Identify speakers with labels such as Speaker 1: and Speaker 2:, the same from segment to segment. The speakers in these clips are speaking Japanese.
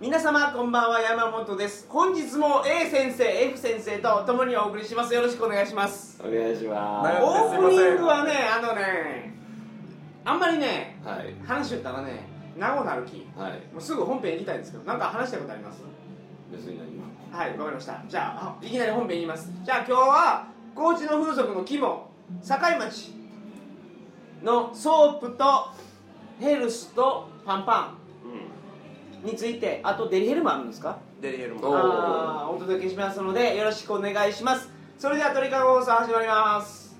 Speaker 1: 皆様こんばんは山本です本日も A 先生 F 先生と共にお送りしますよろしくお願いします
Speaker 2: お願いしま
Speaker 1: オ
Speaker 2: す
Speaker 1: ープニングはねあのねあんまりね
Speaker 2: はい
Speaker 1: 話しよったらね名護なるき
Speaker 2: はい
Speaker 1: もうすぐ本編行きたいんですけどなんか話したいことあります
Speaker 2: 別に何も
Speaker 1: はいわかりましたじゃああいきなり本編言いますじゃあ今日は高知の風俗の肝境町のソープとヘルスとパンパンについてあとデリヘルもあるんですか
Speaker 3: デリヘル
Speaker 2: お
Speaker 3: も
Speaker 2: ー
Speaker 1: あーお届けしますのでよろしくお願いしますそれでは鳥かご放送始まります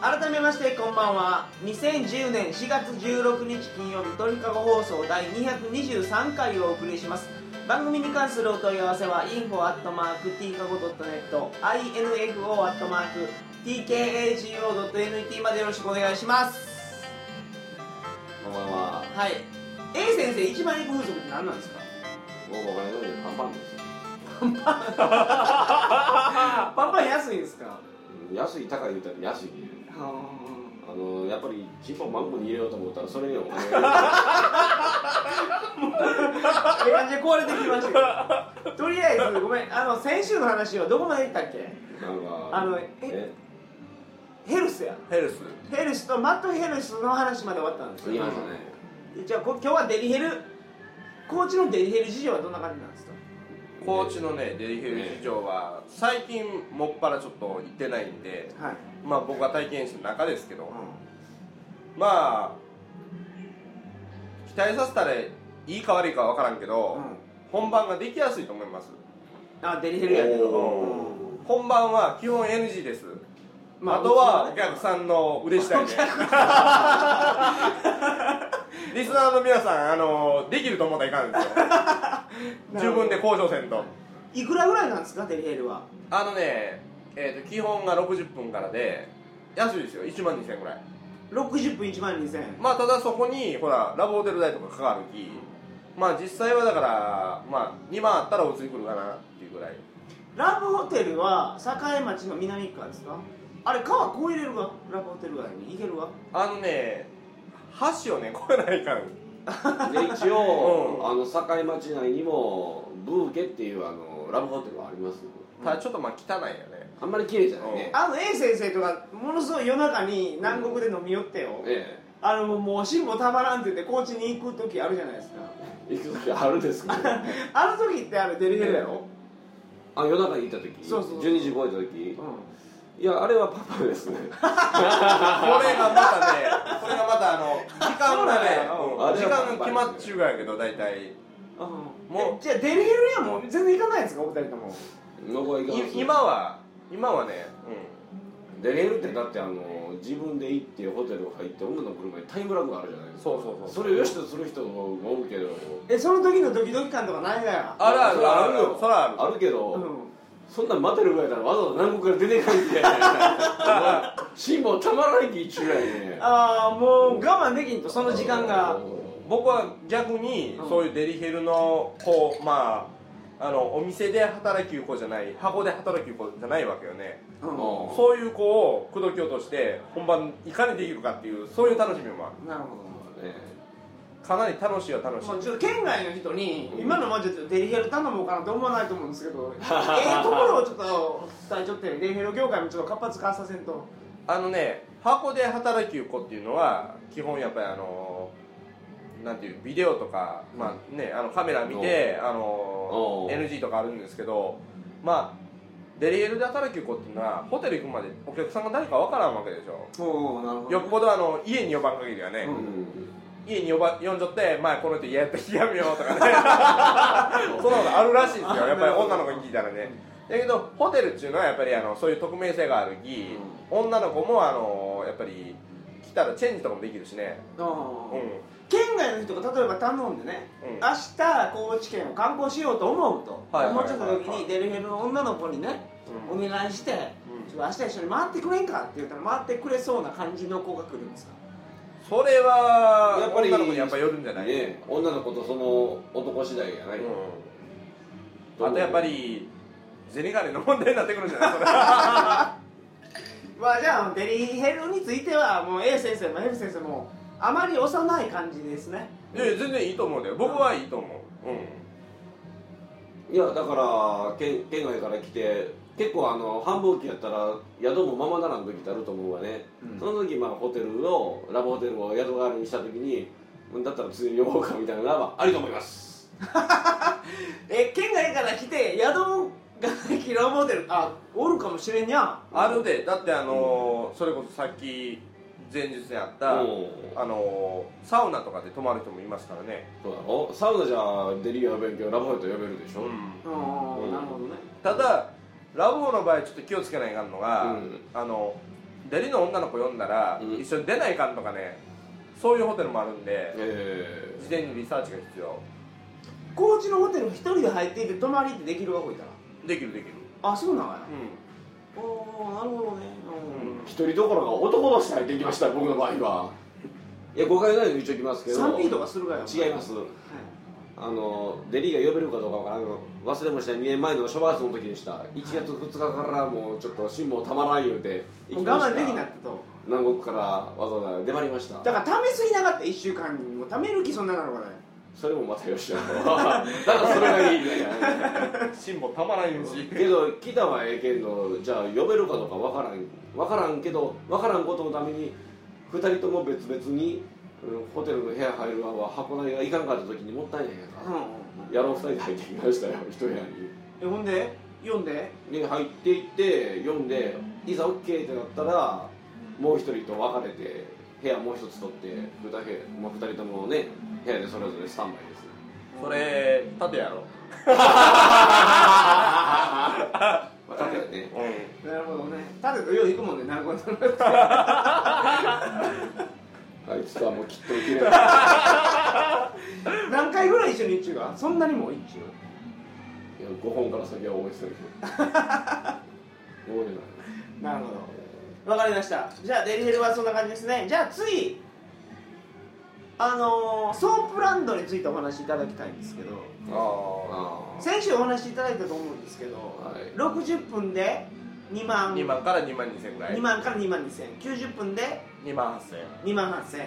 Speaker 1: 改めましてこんばんは2010年4月16日金曜日鳥かご放送第223回をお送りします番組に関するお問い合わせは info.tkago.net info.tkago.net までよろしくお願いします
Speaker 2: こんばんは
Speaker 1: はい A 先生一番いい風俗って何なんですか
Speaker 2: もうお金のでパンパンです
Speaker 1: あパンパン安いんですか
Speaker 2: うん安い高い言うたら安いねあのやっぱりキーパーマンゴに入れようと思ったらそれにはお金が
Speaker 1: って感じで壊れてきましたけどとりあえずごめんあの先週の話はどこまで行ったっけ
Speaker 2: いるなんか
Speaker 1: あのえ
Speaker 2: え
Speaker 1: ヘルスや
Speaker 3: ヘルス
Speaker 1: ヘルスとマットヘルスの話まで終わったんです
Speaker 2: 言い
Speaker 1: よ
Speaker 2: ましたね
Speaker 1: じゃあこ今日はデリヘル高知のデリヘル事情はどんな感じなんですか
Speaker 3: 高知のねデリヘル市場は最近もっぱらちょっと行ってないんで
Speaker 1: はい、
Speaker 3: まあ僕が体験した中ですけどまあ期待させたらいいか悪いかは分からんけど、本番ができやすいと思います
Speaker 1: あデリヘルやけど
Speaker 2: お
Speaker 3: 本番は基本 NG です、
Speaker 1: まあ
Speaker 3: あ、とはお客さんの腕 次第でリスナーの皆さんあのできると思ったらいかんですよ自分で向上せんと
Speaker 1: いくらぐらいなんですかデリヘルは
Speaker 3: あのね、えー、と基本が60分からで安いですよ1万2000円ぐらい
Speaker 1: 60分1万2000円
Speaker 3: まあただそこにほらラブホテル代とかかかるきまあ実際はだからまあ2万あったらお釣り来るかなっていうぐらい
Speaker 1: ラブホテルは栄町の南側ですかあれ川越えれるわラブホテル街に行けるわ
Speaker 3: あのね橋をね 越えないかん
Speaker 2: で一応、
Speaker 3: うん
Speaker 2: あの境町内にもブーケっていうあのラブホテルはありますよ
Speaker 3: ただちょっとまあ汚いよね
Speaker 2: あんまり綺麗じゃないね
Speaker 1: あの A 先生とかものすごい夜中に南国で飲み寄ってよ、
Speaker 2: え
Speaker 1: あのもうおしんもたまらんって言って高知に行く時あるじゃないですか
Speaker 2: え行く時あるんですけど
Speaker 1: あの時ってあれデリヘルやろ、
Speaker 2: あ夜中に行った時
Speaker 1: そうそう
Speaker 2: 12時超えた時
Speaker 1: うん
Speaker 2: いやあれはパパ ですね
Speaker 3: これがまたねこれがまたあの時間がね
Speaker 1: そう
Speaker 2: なのよ
Speaker 3: うん時間が決まっちゅうがやけど大体
Speaker 1: も
Speaker 3: もう
Speaker 1: うじゃあデリヘルやもう全然行かないんですかお二人とも
Speaker 2: どこはいかんす
Speaker 3: い今は今はね
Speaker 2: でレールってだってあの自分で行ってホテル入って女の車にタイムラグがあるじゃないで
Speaker 3: うん
Speaker 2: すか
Speaker 3: そうそうそう
Speaker 2: それを良しとする人もおるけど
Speaker 1: えその時のドキドキ感とかないがや
Speaker 3: あるあるある
Speaker 2: よ
Speaker 3: そらある
Speaker 2: あるけど、
Speaker 1: うん
Speaker 2: そんなん待てるぐらいならわざわざ南国から出ていかんきや辛抱たまらんき一中やね
Speaker 1: ああもう我慢できんとその時間が
Speaker 3: 僕は逆に
Speaker 1: うん
Speaker 3: そういうデリヘルの子まああのお店で働きゆう子じゃない箱で働きゆう子じゃないわけよね
Speaker 1: うん
Speaker 2: も
Speaker 3: そういう子を口説き落として本番いかにできるかっていうそういう楽しみもあ
Speaker 1: なるほ
Speaker 2: うね
Speaker 3: るかなり楽しいは楽し
Speaker 1: ど
Speaker 3: い
Speaker 1: もうちょっと県外の人に今のままじゃデリヘル頼もうかなと思わないと思うんですけどええところをちょっと伝えちょってデリヘル業界もちょっと活発化させんと
Speaker 3: あのね箱で働きゆう子っていうのは基本やっぱりあのなんていうビデオとか、まあね、あのカメラ見てあの
Speaker 2: おう
Speaker 3: NG とかあるんですけどまあデリヘルで働きゆう子っていうのはホテル行くまでお客さんが誰かわからんわけでしょ
Speaker 1: おおなるほ
Speaker 3: よっぽどあの家に呼ばん限りはね、
Speaker 1: う
Speaker 3: 家に呼ば呼んじゃって「まあこの人嫌やったら嫌めよ」とか ねそんなことあるらしいですよやっぱり女の子に聞いたらねだけどホテルっていうのはやっぱりあのそういう匿名性があるき、女の子もあのやっぱり来たらチェンジとかもできるしねうん
Speaker 1: 県外の人が例えば頼んでね、
Speaker 3: うん
Speaker 1: 明日高知県を観光しようと思うと
Speaker 3: はいはい
Speaker 1: 思
Speaker 3: は
Speaker 1: っ
Speaker 3: い
Speaker 1: ちゃった時にデリヘルの女の子にね、
Speaker 3: うん
Speaker 1: お願いして、
Speaker 3: うん
Speaker 1: ちょっと明日一緒に回ってくれんかって言ったら回ってくれそうな感じの子が来るんですか
Speaker 3: それは
Speaker 2: やっぱり
Speaker 3: 女の子にやっぱ寄るんじゃない、
Speaker 2: ね女の子とその男次第やない、
Speaker 3: うん、あとやっぱりゼニガネの問題になってくるんじゃないそれ
Speaker 1: まあじゃあデリヘルについてはもう A 先生も F 先生もあまり幼い感じですね
Speaker 3: いやいや全然いいと思うんだよ僕はいいと思うう
Speaker 2: いやだから県県外から来て結構あの繁忙期やったら宿もままならん時ってあると思うわね、
Speaker 1: うん
Speaker 2: その時まあホテルをラブホテルを宿代わりにした時にだったらついに呼ぼうかみたいなのはありと思います
Speaker 1: え県外から来て宿がキロモデルあおるかもしれんにゃ
Speaker 3: んあるでだってあのーそれこそさっき前日にあった、
Speaker 2: うん
Speaker 3: あのーサウナとかで泊まる人もいますからね
Speaker 2: そうだろサウナじゃデリーは勉強ラブホテル呼べるでしょ、
Speaker 1: うん、
Speaker 2: うん
Speaker 1: なるほどね
Speaker 3: ただラブホの場合ちょっと気をつけないかんのが、
Speaker 2: うん
Speaker 3: あのデリの女の子呼んだら、
Speaker 2: うん
Speaker 3: 一緒に出ないかんとかねそういうホテルもあるんで、
Speaker 2: え
Speaker 3: 事前にリサーチが必要
Speaker 1: 高知のホテル一人で入っていて泊まりってできるわこいたら
Speaker 3: できるできる
Speaker 1: あそうなのや、お
Speaker 3: う
Speaker 1: おなるほどね
Speaker 2: ー、一人どころか男として入ってきました僕の場合はいや誤解ないように言っときますけ
Speaker 1: うん
Speaker 2: ど
Speaker 1: 3P とかするかよ
Speaker 2: 違いますあのデリーが呼べるかどうかわからんの忘れもした2年前の諸バースの時にした1月2日からもうちょっと辛抱たまらん言うて
Speaker 1: はい、もう我慢できな
Speaker 2: ない
Speaker 1: ってと
Speaker 2: 南国からわざわざ出張りました
Speaker 1: だから試すぎなかった1週間にもう貯める気そんななのかね
Speaker 2: それもまたよしだとだからそれがいいみたいなん
Speaker 3: 辛抱たまらんよ
Speaker 2: けど来たはええけんどじゃあ呼べるかどうかわからんわからんけどわからんことのために2人とも別々に、うんホテルの部屋入るわは箱根がいかんかった時にもったいないやん
Speaker 1: うんう
Speaker 2: か、
Speaker 1: ん
Speaker 2: やろう2人で入ってきましたよ一部屋に。
Speaker 1: えほんで読んで
Speaker 2: で入っていって読んでいざ OK ってなったらもう一人と別れて部屋もう一つ取って二人,、まあ、二人ともね部屋でそれぞれスタンバイです
Speaker 3: それ縦やろ
Speaker 2: まあただね
Speaker 3: う
Speaker 1: なるほどね縦とよう引くもんね なるほど
Speaker 2: あいつとはもうきっといけない
Speaker 1: 何回ぐらい一緒に行っちゅうかそんなにもう一中
Speaker 2: いや5本から先は応援するけどどうでも
Speaker 1: なるほどわかりましたじゃあデリヘルはそんな感じですねじゃあ次あのーソープランドについてお話しいただきたいんですけど
Speaker 3: んあ
Speaker 2: ああ
Speaker 1: 先週お話しいただいたと思うんですけど、
Speaker 2: はい
Speaker 1: 60分で2
Speaker 3: あ
Speaker 1: 万
Speaker 3: 2万から2万2千ぐらい
Speaker 1: 2万から2万2000 90分で
Speaker 3: 2万8
Speaker 1: 2
Speaker 3: 千
Speaker 1: 万8000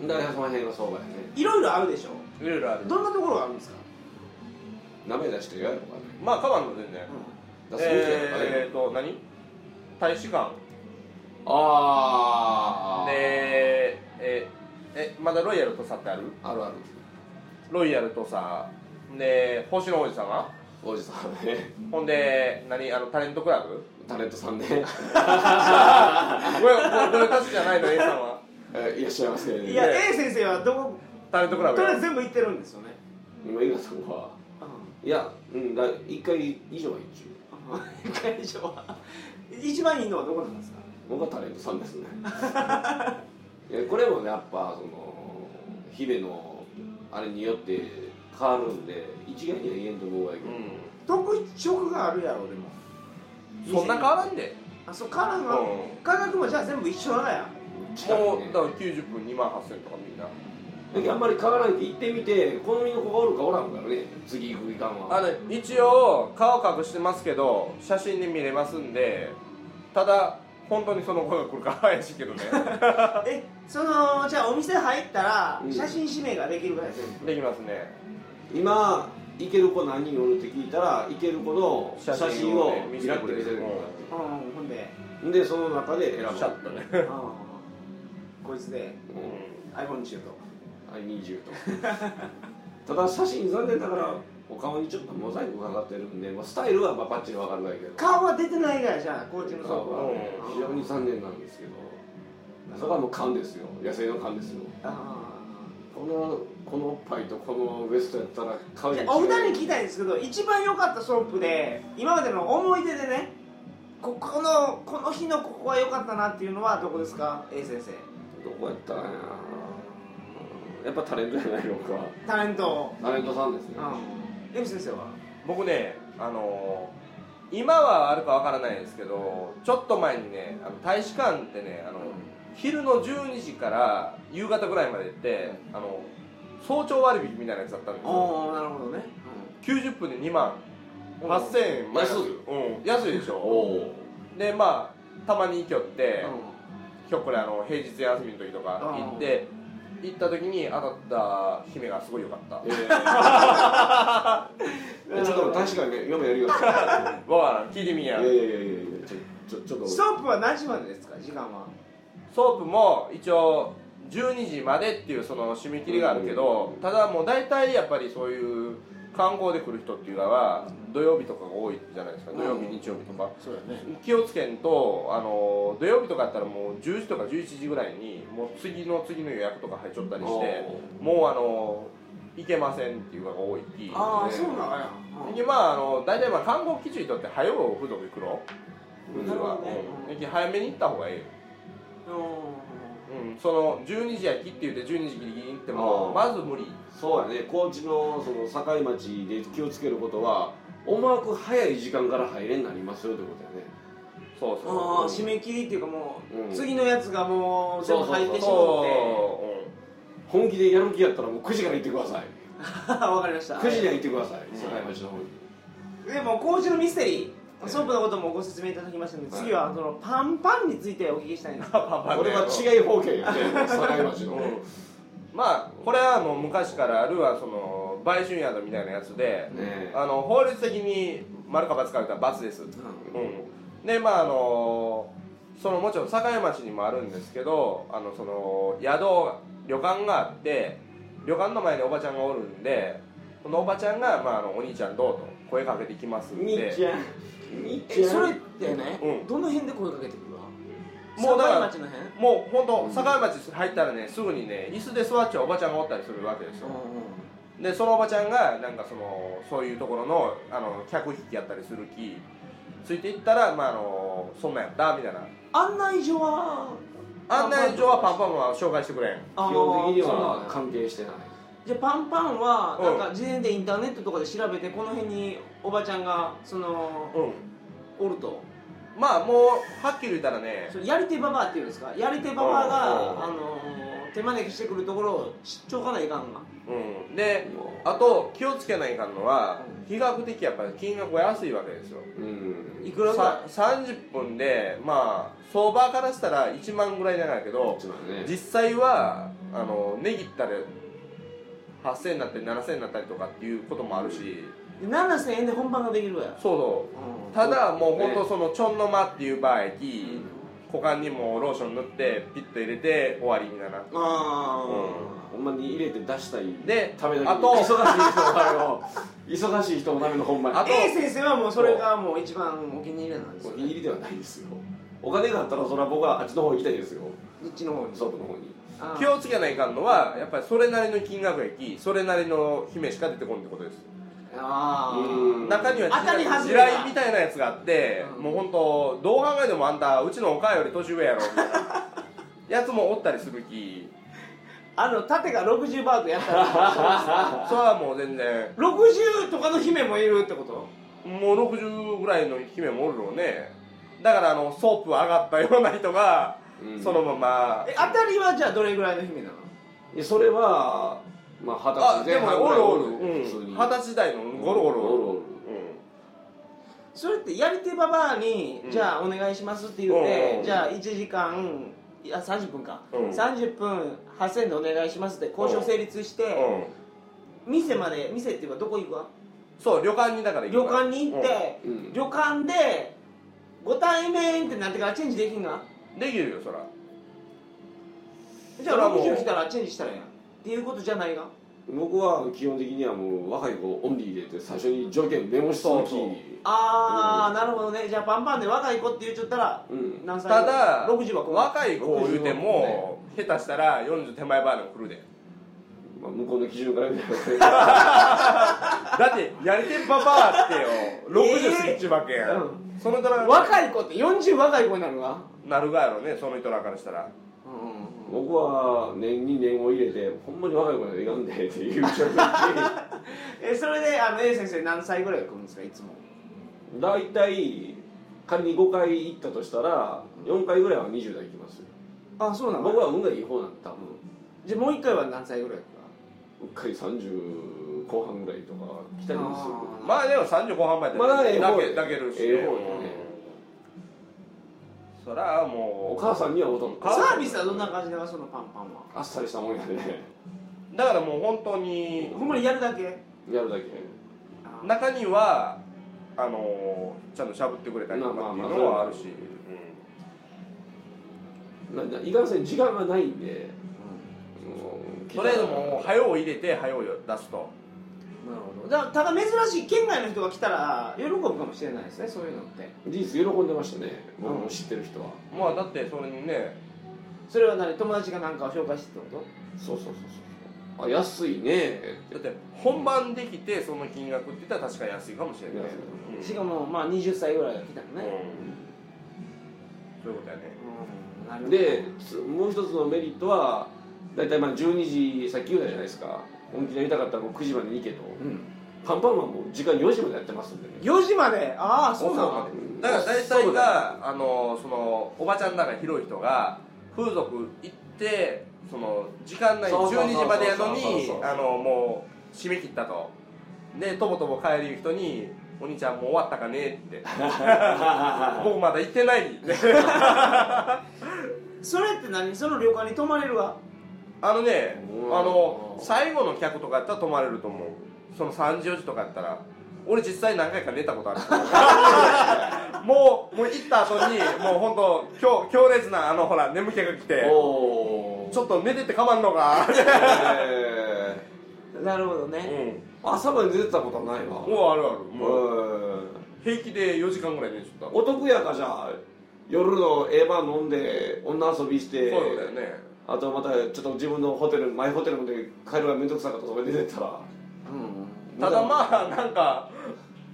Speaker 1: 円
Speaker 2: だからその辺が相場やね
Speaker 1: いろいろあるでしょ
Speaker 3: いろいろある
Speaker 1: どんなところがあるんですか、
Speaker 2: 舐め出してやるのかね
Speaker 3: まあかばんの全然
Speaker 2: 出すべきやのかね、
Speaker 3: えーと何大使館
Speaker 2: ああ
Speaker 3: でええまだロイヤルとさってある
Speaker 2: あるある
Speaker 3: ロイヤルとさで星の王子様
Speaker 2: おじさんね
Speaker 3: ほんで何あのタレントクラブ
Speaker 2: タレントさんね
Speaker 3: これこれこれ歌手じゃないの A さんは
Speaker 2: えーいらっしゃいますけど
Speaker 1: うん
Speaker 2: ね
Speaker 1: いや
Speaker 3: ね
Speaker 1: A 先生はどこと
Speaker 3: タレントクラブ
Speaker 1: りあえ
Speaker 3: よ
Speaker 1: ず全部行ってるんですよね、
Speaker 2: 今伊賀さんはいやうんだ1回以上は一応
Speaker 1: うん、 会場は一番いいのはどこなんですか
Speaker 2: 僕はタレントさんです ねいやこれもねやっぱその姫のあれによって変わるんで一概には言えんと思うわけど、
Speaker 3: う
Speaker 1: 特色があるやろでも
Speaker 3: んそんな変わらんで
Speaker 1: あそうカラーが、
Speaker 3: うん
Speaker 1: 価格もじゃあ全部一緒だや
Speaker 2: 近
Speaker 3: も
Speaker 2: く
Speaker 3: う
Speaker 2: ね
Speaker 3: だから90分2万8000とかみんな
Speaker 2: だけどあんまり変わらないって行ってみて好みの子がおるかおらんからね次行く時間は
Speaker 3: あの一応顔隠してますけど写真で見れますんでただ本当にその子が来るか怪しいけどね
Speaker 1: えそのじゃあお店入ったら
Speaker 2: うん
Speaker 1: 写真指名ができるぐらい全部
Speaker 3: できますね
Speaker 2: 今行ける子何人おるって聞いたら行ける子の写真を
Speaker 3: 写真をね見せ
Speaker 2: 開
Speaker 3: て
Speaker 2: いて
Speaker 3: くれる
Speaker 2: 見せる
Speaker 1: うんほんで、
Speaker 2: でその中で選ぶ
Speaker 3: シャッとね
Speaker 1: うん、こいつで
Speaker 2: うん
Speaker 1: iPhone にしようと
Speaker 2: はい、20とただ写真残念ながらお顔にちょっとモザイクがかかってるんで、まあ、スタイルはまあバッチリ分かるわけど
Speaker 1: 顔は出てないがじゃあコーチの
Speaker 2: 顔
Speaker 1: 倉庫は
Speaker 2: は非常に残念なんですけどそこはもう勘ですよ野生の勘ですよ
Speaker 1: あ
Speaker 2: このこのおっぱいとこのウエストやったら
Speaker 1: ー
Speaker 2: 顔に
Speaker 1: じ
Speaker 2: 違
Speaker 1: ゃ
Speaker 2: う
Speaker 1: あお二人に聞きたいんですけど一番良かったソープで今までの思い出でねここのこの日のここは良かったなっていうのはどこですか A 先生
Speaker 2: どこやったかなやっぱタレントじゃないのか
Speaker 1: タレント
Speaker 2: タレントさんですね
Speaker 1: うん M 先生は
Speaker 3: 僕ねあのー今はあるかわからないですけどちょっと前にねあの大使館ってねあの昼の12時から夕方ぐらいまでって、あの早朝割引みたいなやつだったんですよ
Speaker 1: おおなるほどね、
Speaker 3: 90分で2万
Speaker 1: うん
Speaker 3: 8000円
Speaker 2: 安い
Speaker 3: うん、安いでし
Speaker 2: お
Speaker 3: ょ
Speaker 2: お
Speaker 3: でまあたまに行きょって、
Speaker 1: うん
Speaker 3: 今日これあの平日休みの時とか行って行った時に当たった姫がすごい良かった
Speaker 2: えーちょっと確かにね嫁やる よい
Speaker 3: わからん聞いてみんや
Speaker 2: やいやいやいやちょちょちょっと
Speaker 1: ストップは何時までですか時間は
Speaker 3: ソープも一応12時までっていうその締め切りがあるけどただもう大体やっぱりそういう観光で来る人っていうのは土曜日とかが多いじゃないですか土曜日日曜日とか
Speaker 1: そうだね
Speaker 3: 気をつけんとあの土曜日とかやったらもう10時とか11時ぐらいにもう次の次の予約とか入っちゃったりしてもうあの行けませんっていうのが多いき
Speaker 1: ああ、
Speaker 2: ね
Speaker 1: そうなのや、
Speaker 3: でまああの大体まあ観光基地にとって早う風俗行くの普通
Speaker 1: な
Speaker 3: は
Speaker 1: るほどね
Speaker 3: うんで早めに行った方がいいうん、その12時やきって言って12時ギリギリに行っても
Speaker 2: あ
Speaker 3: まず無理
Speaker 2: そうやね高知のその境町で気をつけることは思惑早い時間から入れになりますよってことやね
Speaker 3: そう
Speaker 1: うんああ
Speaker 3: そ
Speaker 1: 締
Speaker 3: う
Speaker 1: め切りっていうかもう、
Speaker 2: うん
Speaker 1: 次のやつがもう全部入ってしま
Speaker 3: そう
Speaker 1: っ
Speaker 2: 本気でやる気やったらもう9時から行ってください
Speaker 1: て わかりました
Speaker 2: 9時には行ってください境町の方に
Speaker 1: でも工事のミステリ
Speaker 2: は
Speaker 1: ー
Speaker 2: い
Speaker 1: ソープのこともご説明いただきましたので、
Speaker 2: はい
Speaker 1: 次はそのパンパンについてお聞きしたいんです
Speaker 3: パンパン
Speaker 2: これは違い方形やね境町の
Speaker 3: うんまあこれはもう昔からあるはその売春宿みたいなやつで、
Speaker 2: ね
Speaker 3: あの法律的に丸か×かれたら×です、うん、でまああのそのもちろん境町にもあるんですけどあのその宿旅館があって旅館の前におばちゃんがおるんでそのおばちゃんが、まあ、あのお兄ちゃんどうと声かけてきますん
Speaker 2: み
Speaker 3: で
Speaker 2: っちゃんみっ
Speaker 1: え
Speaker 2: ちゃん
Speaker 1: それってね、
Speaker 3: うん
Speaker 1: どの辺で声かけてくるわ
Speaker 3: もうだから
Speaker 1: 境町の辺
Speaker 3: もう本当境町入ったらねすぐにね椅子で座っちゃうおばちゃんがおったりするわけですよ、でそのおばちゃんがなんかそのそういうところのあの客引きやったりする気ついていったら、まあ、あのそんなんやったみたいな
Speaker 1: 案内所は
Speaker 3: 案内所はパンパンは紹介してくれ
Speaker 2: 基
Speaker 3: ん
Speaker 1: あー
Speaker 2: 本的に
Speaker 1: そうなん
Speaker 2: は
Speaker 1: だ
Speaker 2: 関係してない
Speaker 1: じゃあパンパンは
Speaker 3: うん
Speaker 1: なんか事前でインターネットとかで調べてこの辺におばちゃんがその
Speaker 3: うん
Speaker 1: おると
Speaker 3: まあもうはっきり言ったらね
Speaker 1: それやり手ババアっていうんですかやり手ババア
Speaker 3: う
Speaker 1: が
Speaker 3: ん
Speaker 1: あのー手招きしてくるところを知っちょかないかんが
Speaker 3: うんであと気をつけないかんのは比較的やっぱり金額が安いわけですよ
Speaker 2: うん
Speaker 1: いくらぐ
Speaker 3: さ
Speaker 1: ら
Speaker 3: 30分でまあ相場からしたら1万ぐらいなんやけど
Speaker 2: 一番ね
Speaker 3: 実際はあの値切ったら8000円になったり7000円になったりとかっていうこともあるし
Speaker 1: いで7000円で本番ができるわよ
Speaker 3: そうそうただもう本当そのちょんの間っていう場合き股間にもローション塗ってピッと入れて終わりみたいな
Speaker 1: あ
Speaker 2: ほんまに入れて出したい
Speaker 3: で
Speaker 2: ためだけ
Speaker 3: あと
Speaker 2: 忙しい人のための忙しい人のためのほんまに
Speaker 3: あ
Speaker 1: あ
Speaker 3: と
Speaker 1: A 先生はもうそれがもう一番お気に入りなんです
Speaker 2: お
Speaker 1: よ
Speaker 2: 気に入りではないですよお金があったらそら僕はあっちの方行きたいですよ
Speaker 1: どっちの方に
Speaker 2: ソープの方に
Speaker 1: あー
Speaker 3: 気をつけないかんのはやっぱりそれなりの金額やきそれなりの姫しか出てこんってことです
Speaker 1: あ
Speaker 2: う
Speaker 1: ー
Speaker 2: ん
Speaker 3: 中には
Speaker 1: 当たり
Speaker 3: 地
Speaker 1: 外れだ
Speaker 3: 雷みたいなやつがあって、
Speaker 1: うん
Speaker 3: もう本当どう考えてもあんたうちのお母より年上やろみたいなやつもおったりするき
Speaker 1: あの縦が60バードやったら
Speaker 3: それはもう全然
Speaker 1: 60とかの姫もいるってこと
Speaker 3: もう60ぐらいの姫もおるろうねだからあのソープ上がったような人が、
Speaker 2: うん
Speaker 3: そのまま
Speaker 1: え当たりはじゃあどれぐらいの姫なの
Speaker 2: いやそれはまあ
Speaker 3: あ
Speaker 2: 二十歳
Speaker 3: で
Speaker 2: 前
Speaker 3: もね
Speaker 2: 半ぐ
Speaker 3: お
Speaker 2: らい
Speaker 3: るおる
Speaker 2: の
Speaker 3: うん
Speaker 2: 普通に
Speaker 3: 二十歳代のゴロゴロ
Speaker 2: おるおる
Speaker 1: それってやり手ババアに、
Speaker 3: うん
Speaker 1: じゃあお願いしますって言っ
Speaker 3: うんうん
Speaker 1: て、
Speaker 3: うん
Speaker 1: じゃあ1時間いや30分か、
Speaker 3: うん
Speaker 1: 30分8000円でお願いしますって交渉成立して、
Speaker 3: うん、うん、
Speaker 1: 店まで店っていうかどこ行くわ
Speaker 3: そう旅館にだから行
Speaker 1: 旅
Speaker 3: くから
Speaker 1: 館に行って、
Speaker 2: うんうん
Speaker 1: 旅館でご対面ってなってからチェンジできんが
Speaker 3: うんできるよそら
Speaker 1: じゃ
Speaker 3: それは
Speaker 1: あ
Speaker 3: もう
Speaker 1: 60来たらチェンジしたらやんっていうことじゃないが
Speaker 2: 僕は基本的にはもう若い子オンリーでって最初に条件メモしそう
Speaker 3: そうそう
Speaker 1: ああ、なるほどねじゃあパンパンで若い子って言っちゃったら、
Speaker 2: うん
Speaker 1: 何歳
Speaker 3: ただ
Speaker 1: 60は怖
Speaker 3: 若い子を言うても下手したら40手前バーでも来るで
Speaker 2: まあ、向こうの基準から見たら
Speaker 3: だってやりてんババアってよ60過ぎっちゅうわけやん、
Speaker 1: う
Speaker 3: その人らが
Speaker 1: 若い子って40若い子になるわ
Speaker 3: なるがやろねその人らからしたら
Speaker 1: うん
Speaker 2: 僕は年に年を入れてほんまに若い子にはいかんでっていう条件
Speaker 1: えそれであの A 先生何歳ぐらい来るんですかいつも
Speaker 2: に大体仮に5回行ったとしたら4回ぐらいは20代行きますよ
Speaker 1: あそうな
Speaker 2: 僕
Speaker 1: の
Speaker 2: は運がいい方なんで多分
Speaker 1: じゃあもう一回は何歳ぐらいか
Speaker 2: うっかり30後半ぐらいとか来たりもする
Speaker 1: あ
Speaker 3: まあでも30後半まで
Speaker 2: まだええ
Speaker 3: だ
Speaker 2: 方
Speaker 3: けだけるし、
Speaker 2: ええ方やね
Speaker 3: そらも
Speaker 2: お
Speaker 3: う
Speaker 2: 母さんには踊る
Speaker 3: あ
Speaker 1: サービスはどんな感じだそのパンパンは
Speaker 2: あっさりしたもんやね
Speaker 3: だからもう本当に
Speaker 1: ほんまにやるだけ
Speaker 2: やるだけ
Speaker 1: あ
Speaker 3: 中にはあのーちゃんとしゃぶってくれたりとかっていうのはあるし、
Speaker 2: なんだいかんせん時間がないんで、うん
Speaker 3: とりあえずもう早う入れて早う出すと
Speaker 1: なるほどだからただ珍しい県外の人が来たら喜ぶかもしれないですねそういうのって
Speaker 2: 事実喜んでましたね僕
Speaker 1: うん
Speaker 2: の知ってる人は、
Speaker 3: まあだってそれにね
Speaker 1: それは何友達が何かを紹介してってこ
Speaker 2: そうそうそうそうあ安いね
Speaker 3: だって本番できてその金額って言ったら確か安いかもしれない、
Speaker 2: 安
Speaker 1: と、
Speaker 2: い
Speaker 3: うん
Speaker 1: しかもまあ20歳ぐらいが来たのね、
Speaker 3: そういうことやね
Speaker 1: うんなるほど
Speaker 2: でつもう一つのメリットは大体まあ12時さっき言ったじゃないですか本気でやりたかったらもう9時までに行けと
Speaker 1: うん、
Speaker 2: パンパンマンも時間4時までやってますん でね
Speaker 1: 4時までああそうな
Speaker 3: 遅
Speaker 1: の
Speaker 3: くまでだから大
Speaker 2: そ
Speaker 3: 体
Speaker 2: うだ
Speaker 3: があのそのおばちゃんらが広い人が風俗行ってその時間内に
Speaker 2: そうそうそう
Speaker 3: 12時までやの
Speaker 2: そうそう
Speaker 3: に
Speaker 2: そうそう
Speaker 3: あのもう締め切ったとでとぼとぼ帰る人に「お兄ちゃんもう終わったかね?」って 「僕まだ行ってない」って
Speaker 1: それって何その旅館に泊まれるわ
Speaker 3: あのね
Speaker 2: うわ
Speaker 3: あの最後の客とかやったら泊まれると思うその3時4時とかやったら俺実際何回か寝たことあ るもうもう行った後にもう本当強強烈なあのほら眠気が来て
Speaker 2: おお
Speaker 3: ちょっと寝ててかまんのか
Speaker 1: なるほど
Speaker 3: う
Speaker 1: ね、
Speaker 3: ん
Speaker 2: 朝まで出てたことはないわ
Speaker 3: もうあるあるもう
Speaker 2: うん
Speaker 3: 平気で4時間ぐらい寝ちゃった
Speaker 2: お得やかじゃあ夜の A バー飲んで女遊びして
Speaker 3: そうだよね
Speaker 2: あとまたちょっと自分のホテルマイホテルまで帰るのがめんどくさかったとか出てったら
Speaker 1: うん
Speaker 3: ただまあなんか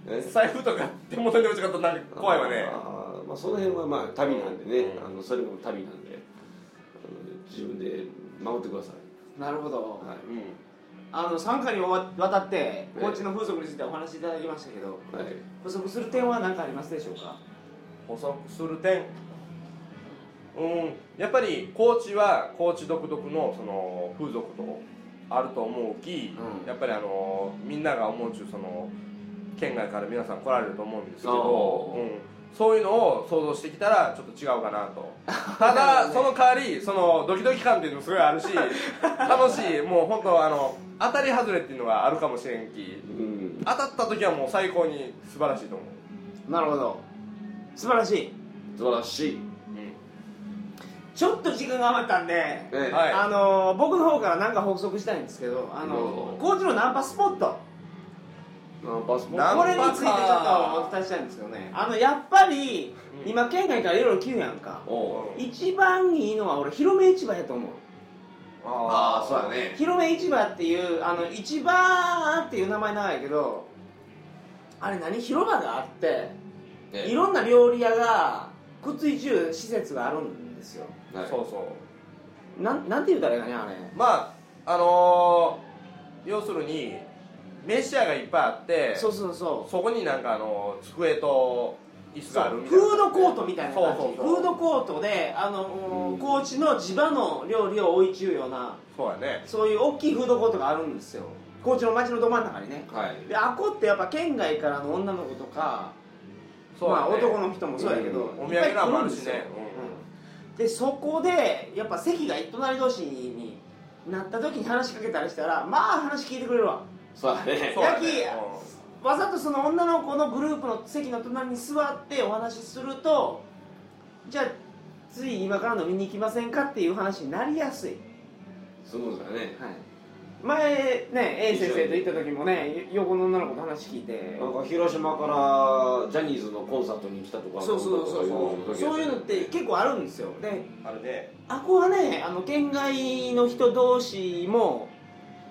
Speaker 2: ね
Speaker 3: 財布とか手元に落ちちゃったらなんか怖いわね
Speaker 2: あーまあ、その辺はまあ旅なんでね、
Speaker 3: うん
Speaker 2: あのそれも旅なんであの自分で守ってください、
Speaker 1: なるほど、
Speaker 2: はい
Speaker 3: うん
Speaker 1: あの3回にわたって高知の風俗についてお話しいただきましたけど
Speaker 2: はい、
Speaker 1: 補足する点は何かありますでしょうか
Speaker 3: 補足する点うんやっぱり高知は高知独特のその風俗とあると思うき、
Speaker 2: うん
Speaker 3: やっぱりあのみんなが思うちゅうその県外から皆さん来られると思うんですけど
Speaker 2: あ、ー
Speaker 3: うん、そういうのを想像してきたらちょっと違うかな とただその代わりそのドキドキ感っていうのもすごいあるし楽しいもう本当あの当たり外れっていうのがあるかもしれんき
Speaker 2: うん、
Speaker 3: 当たった時はもう最高に素晴らしいと思う、
Speaker 1: なるほど素晴らしい
Speaker 2: 素晴らしい、
Speaker 1: ちょっと時間が余ったんで、
Speaker 2: ね
Speaker 3: はい
Speaker 1: あの僕の方から何か補足したいんですけどあの
Speaker 2: うん
Speaker 1: 高知のナンパスポット
Speaker 2: まあ、パスポ
Speaker 3: ナ
Speaker 2: ー
Speaker 3: ン
Speaker 2: ト
Speaker 1: こ
Speaker 3: パか
Speaker 1: れについてちょっとお伝えしたいんですけどねあのやっぱり
Speaker 3: うん
Speaker 1: 今県外からいろいろ聞くやんか
Speaker 2: おう
Speaker 1: 一番いいのは俺広め市場やと思う
Speaker 2: ああそうだね
Speaker 1: 広め市場っていうあの市場っていう名前長いけどあれ何広場があって
Speaker 2: ね
Speaker 1: いろんな料理屋がくっついちゅう施設があるんですよ
Speaker 2: はい
Speaker 3: そうそう
Speaker 1: なんなんて言うたらいいかねあれ
Speaker 3: まああのー、要するに飯屋がいっぱいあって
Speaker 1: そうそうそう
Speaker 3: そこになんかあのー机と椅子があるみたいな
Speaker 1: フードコートみたいな感じ
Speaker 3: そうそうそう
Speaker 1: フードコートであの、
Speaker 2: うん
Speaker 1: 高知の地場の料理を置いちゅうような
Speaker 3: そうやね
Speaker 1: そういう大きいフードコートがあるんですよ高知の街のど真ん中にね
Speaker 2: はい
Speaker 1: であこってやっぱ県外からの女の子とか、
Speaker 3: そうやね
Speaker 1: まあ、男の人もそうやけど、
Speaker 2: うん
Speaker 3: お土産なんもあるし
Speaker 1: いっぱい来んで
Speaker 3: ね
Speaker 1: すようんでそこでやっぱ席が隣同士になった時に話しかけたりしたらまあ話聞いてくれるわ
Speaker 2: そうだね
Speaker 3: そうやね
Speaker 1: ヤわざとその女の子のグループの席の隣に座ってお話しするとじゃあつい今から飲みに行きませんかっていう話になりやすい、
Speaker 2: スムーズだね
Speaker 1: 前ね A 先生と行った時もねよ横の女の子と話聞いて
Speaker 2: なんか広島からジャニーズのコンサートに来たとか
Speaker 1: そうそうそうそうそういうのって 結構あるんですよで
Speaker 3: うんあれね
Speaker 1: あこはねあの県外の人同士も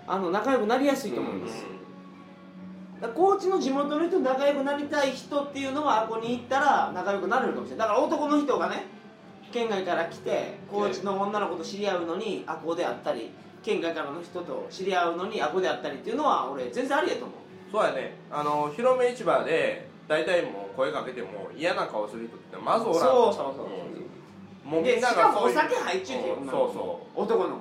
Speaker 1: あの仲良くなりやすいと思うんです、だから高知の地元の人と仲良くなりたい人っていうのはあこに行ったら仲良くなれるかもしれないだから男の人がね県外から来て高知の女の子と知り合うのにあこであったり県外からの人と知り合うのにあこであったりっていうのは俺全然ありやと思う
Speaker 3: そうやねあのー広め市場で大体もう声かけても嫌な顔する人ってまずおら
Speaker 1: そう
Speaker 3: ん
Speaker 1: そうそう
Speaker 3: うんもうみ
Speaker 1: で
Speaker 3: ん
Speaker 1: し
Speaker 3: な
Speaker 1: か
Speaker 3: が
Speaker 1: も
Speaker 3: そう
Speaker 1: お
Speaker 3: いう
Speaker 1: 酒入っちゅうて
Speaker 3: うん
Speaker 1: 女の
Speaker 3: そう
Speaker 1: 子
Speaker 3: そ
Speaker 1: 男の子も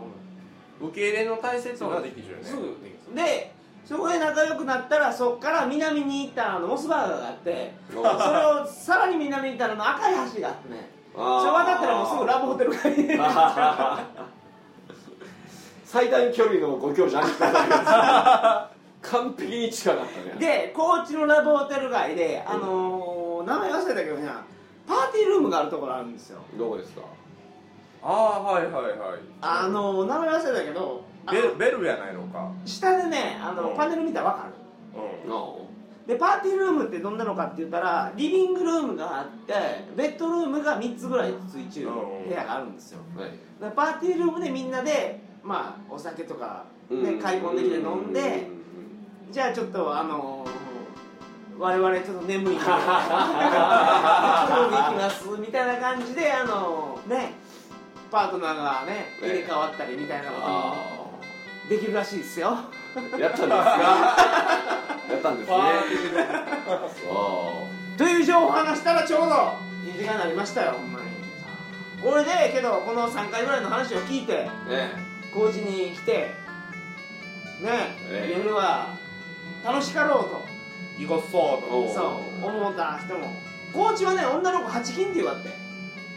Speaker 3: う受け入れの大切な時期中ね
Speaker 1: すぐできるでそこで仲良くなったらそっから南に行ったあのモスバーガーがあってそれをさらに南に行ったらあの赤い橋があってねそれ渡ったらもうすぐラブホテル帰り
Speaker 2: 最短距離のご教授ありがとうございます完璧に近かったね
Speaker 1: で高知のラブホテル街であのー名前忘れたけどねパーティールームがあるところあるんですよ
Speaker 2: どこですか
Speaker 3: ああはいはいはい
Speaker 1: あのー名前忘れたけどあの
Speaker 3: ベルベルやないのか
Speaker 1: 下でねあの、
Speaker 3: うん
Speaker 1: パネル見たら分かる
Speaker 3: うん
Speaker 2: の
Speaker 1: でパーティールームってどんなのかって言ったらリビングルームがあってベッドルームが3つぐらいついてる部屋があるんですよ
Speaker 2: はい
Speaker 1: だからパーティールームでみんなでまあお酒とか、ね、買い込んできて飲んでじゃあちょっとあのー我々ちょっと眠いんでちょっと飲み行きますみたいな感じであのーねパートナーがね入れ替わったりみたいなことも
Speaker 2: あ
Speaker 1: できるらしいですよ
Speaker 2: あやったんですかやったんですねそ
Speaker 1: という情報を話したらちょうどいい時間になりましたよほんまに俺でけどこの3回ぐらいの話を聞いて
Speaker 2: うね
Speaker 1: 高知に来てね
Speaker 2: ええ
Speaker 1: 夜は楽しかろう
Speaker 3: いこそ
Speaker 2: お
Speaker 1: と
Speaker 2: う
Speaker 1: そう思った人も高知はね女の子8金って言わって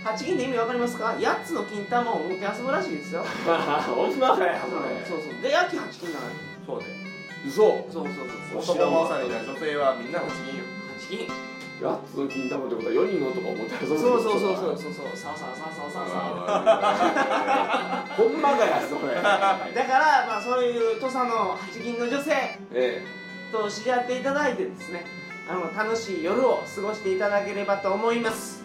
Speaker 1: 8金って意味わかりますか8つの金玉を持って遊ぶらしいですよ
Speaker 2: 女だよ
Speaker 1: そうそうで焼き8金なのよ
Speaker 3: そうで
Speaker 2: 嘘
Speaker 1: そうそうそう
Speaker 3: 男のさみたいな女性はみんな不思議よ
Speaker 1: 8金
Speaker 2: 八つの金玉ってことは四人の男を持って遊ぶ
Speaker 1: そうそうそうそう
Speaker 2: う
Speaker 1: そうそうさあさあさあさあさあさあ
Speaker 2: あーほんまかやそれ
Speaker 1: だから、まあ、そういう土佐の八銀の女性
Speaker 2: え
Speaker 1: と知り合っていただいてですねあの楽しい夜を過ごしていただければと思います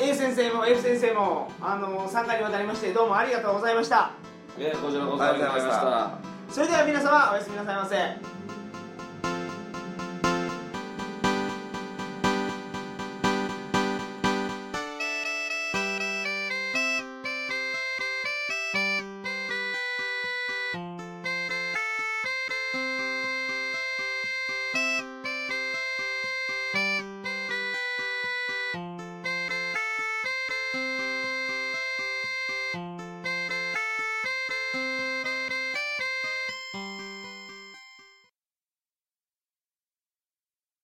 Speaker 1: A 先生も F 先生もあの3回にわたりましてどうもありがとうございました
Speaker 2: えねこちらこそありがとうございました
Speaker 1: それでは皆様おやすみなさいませ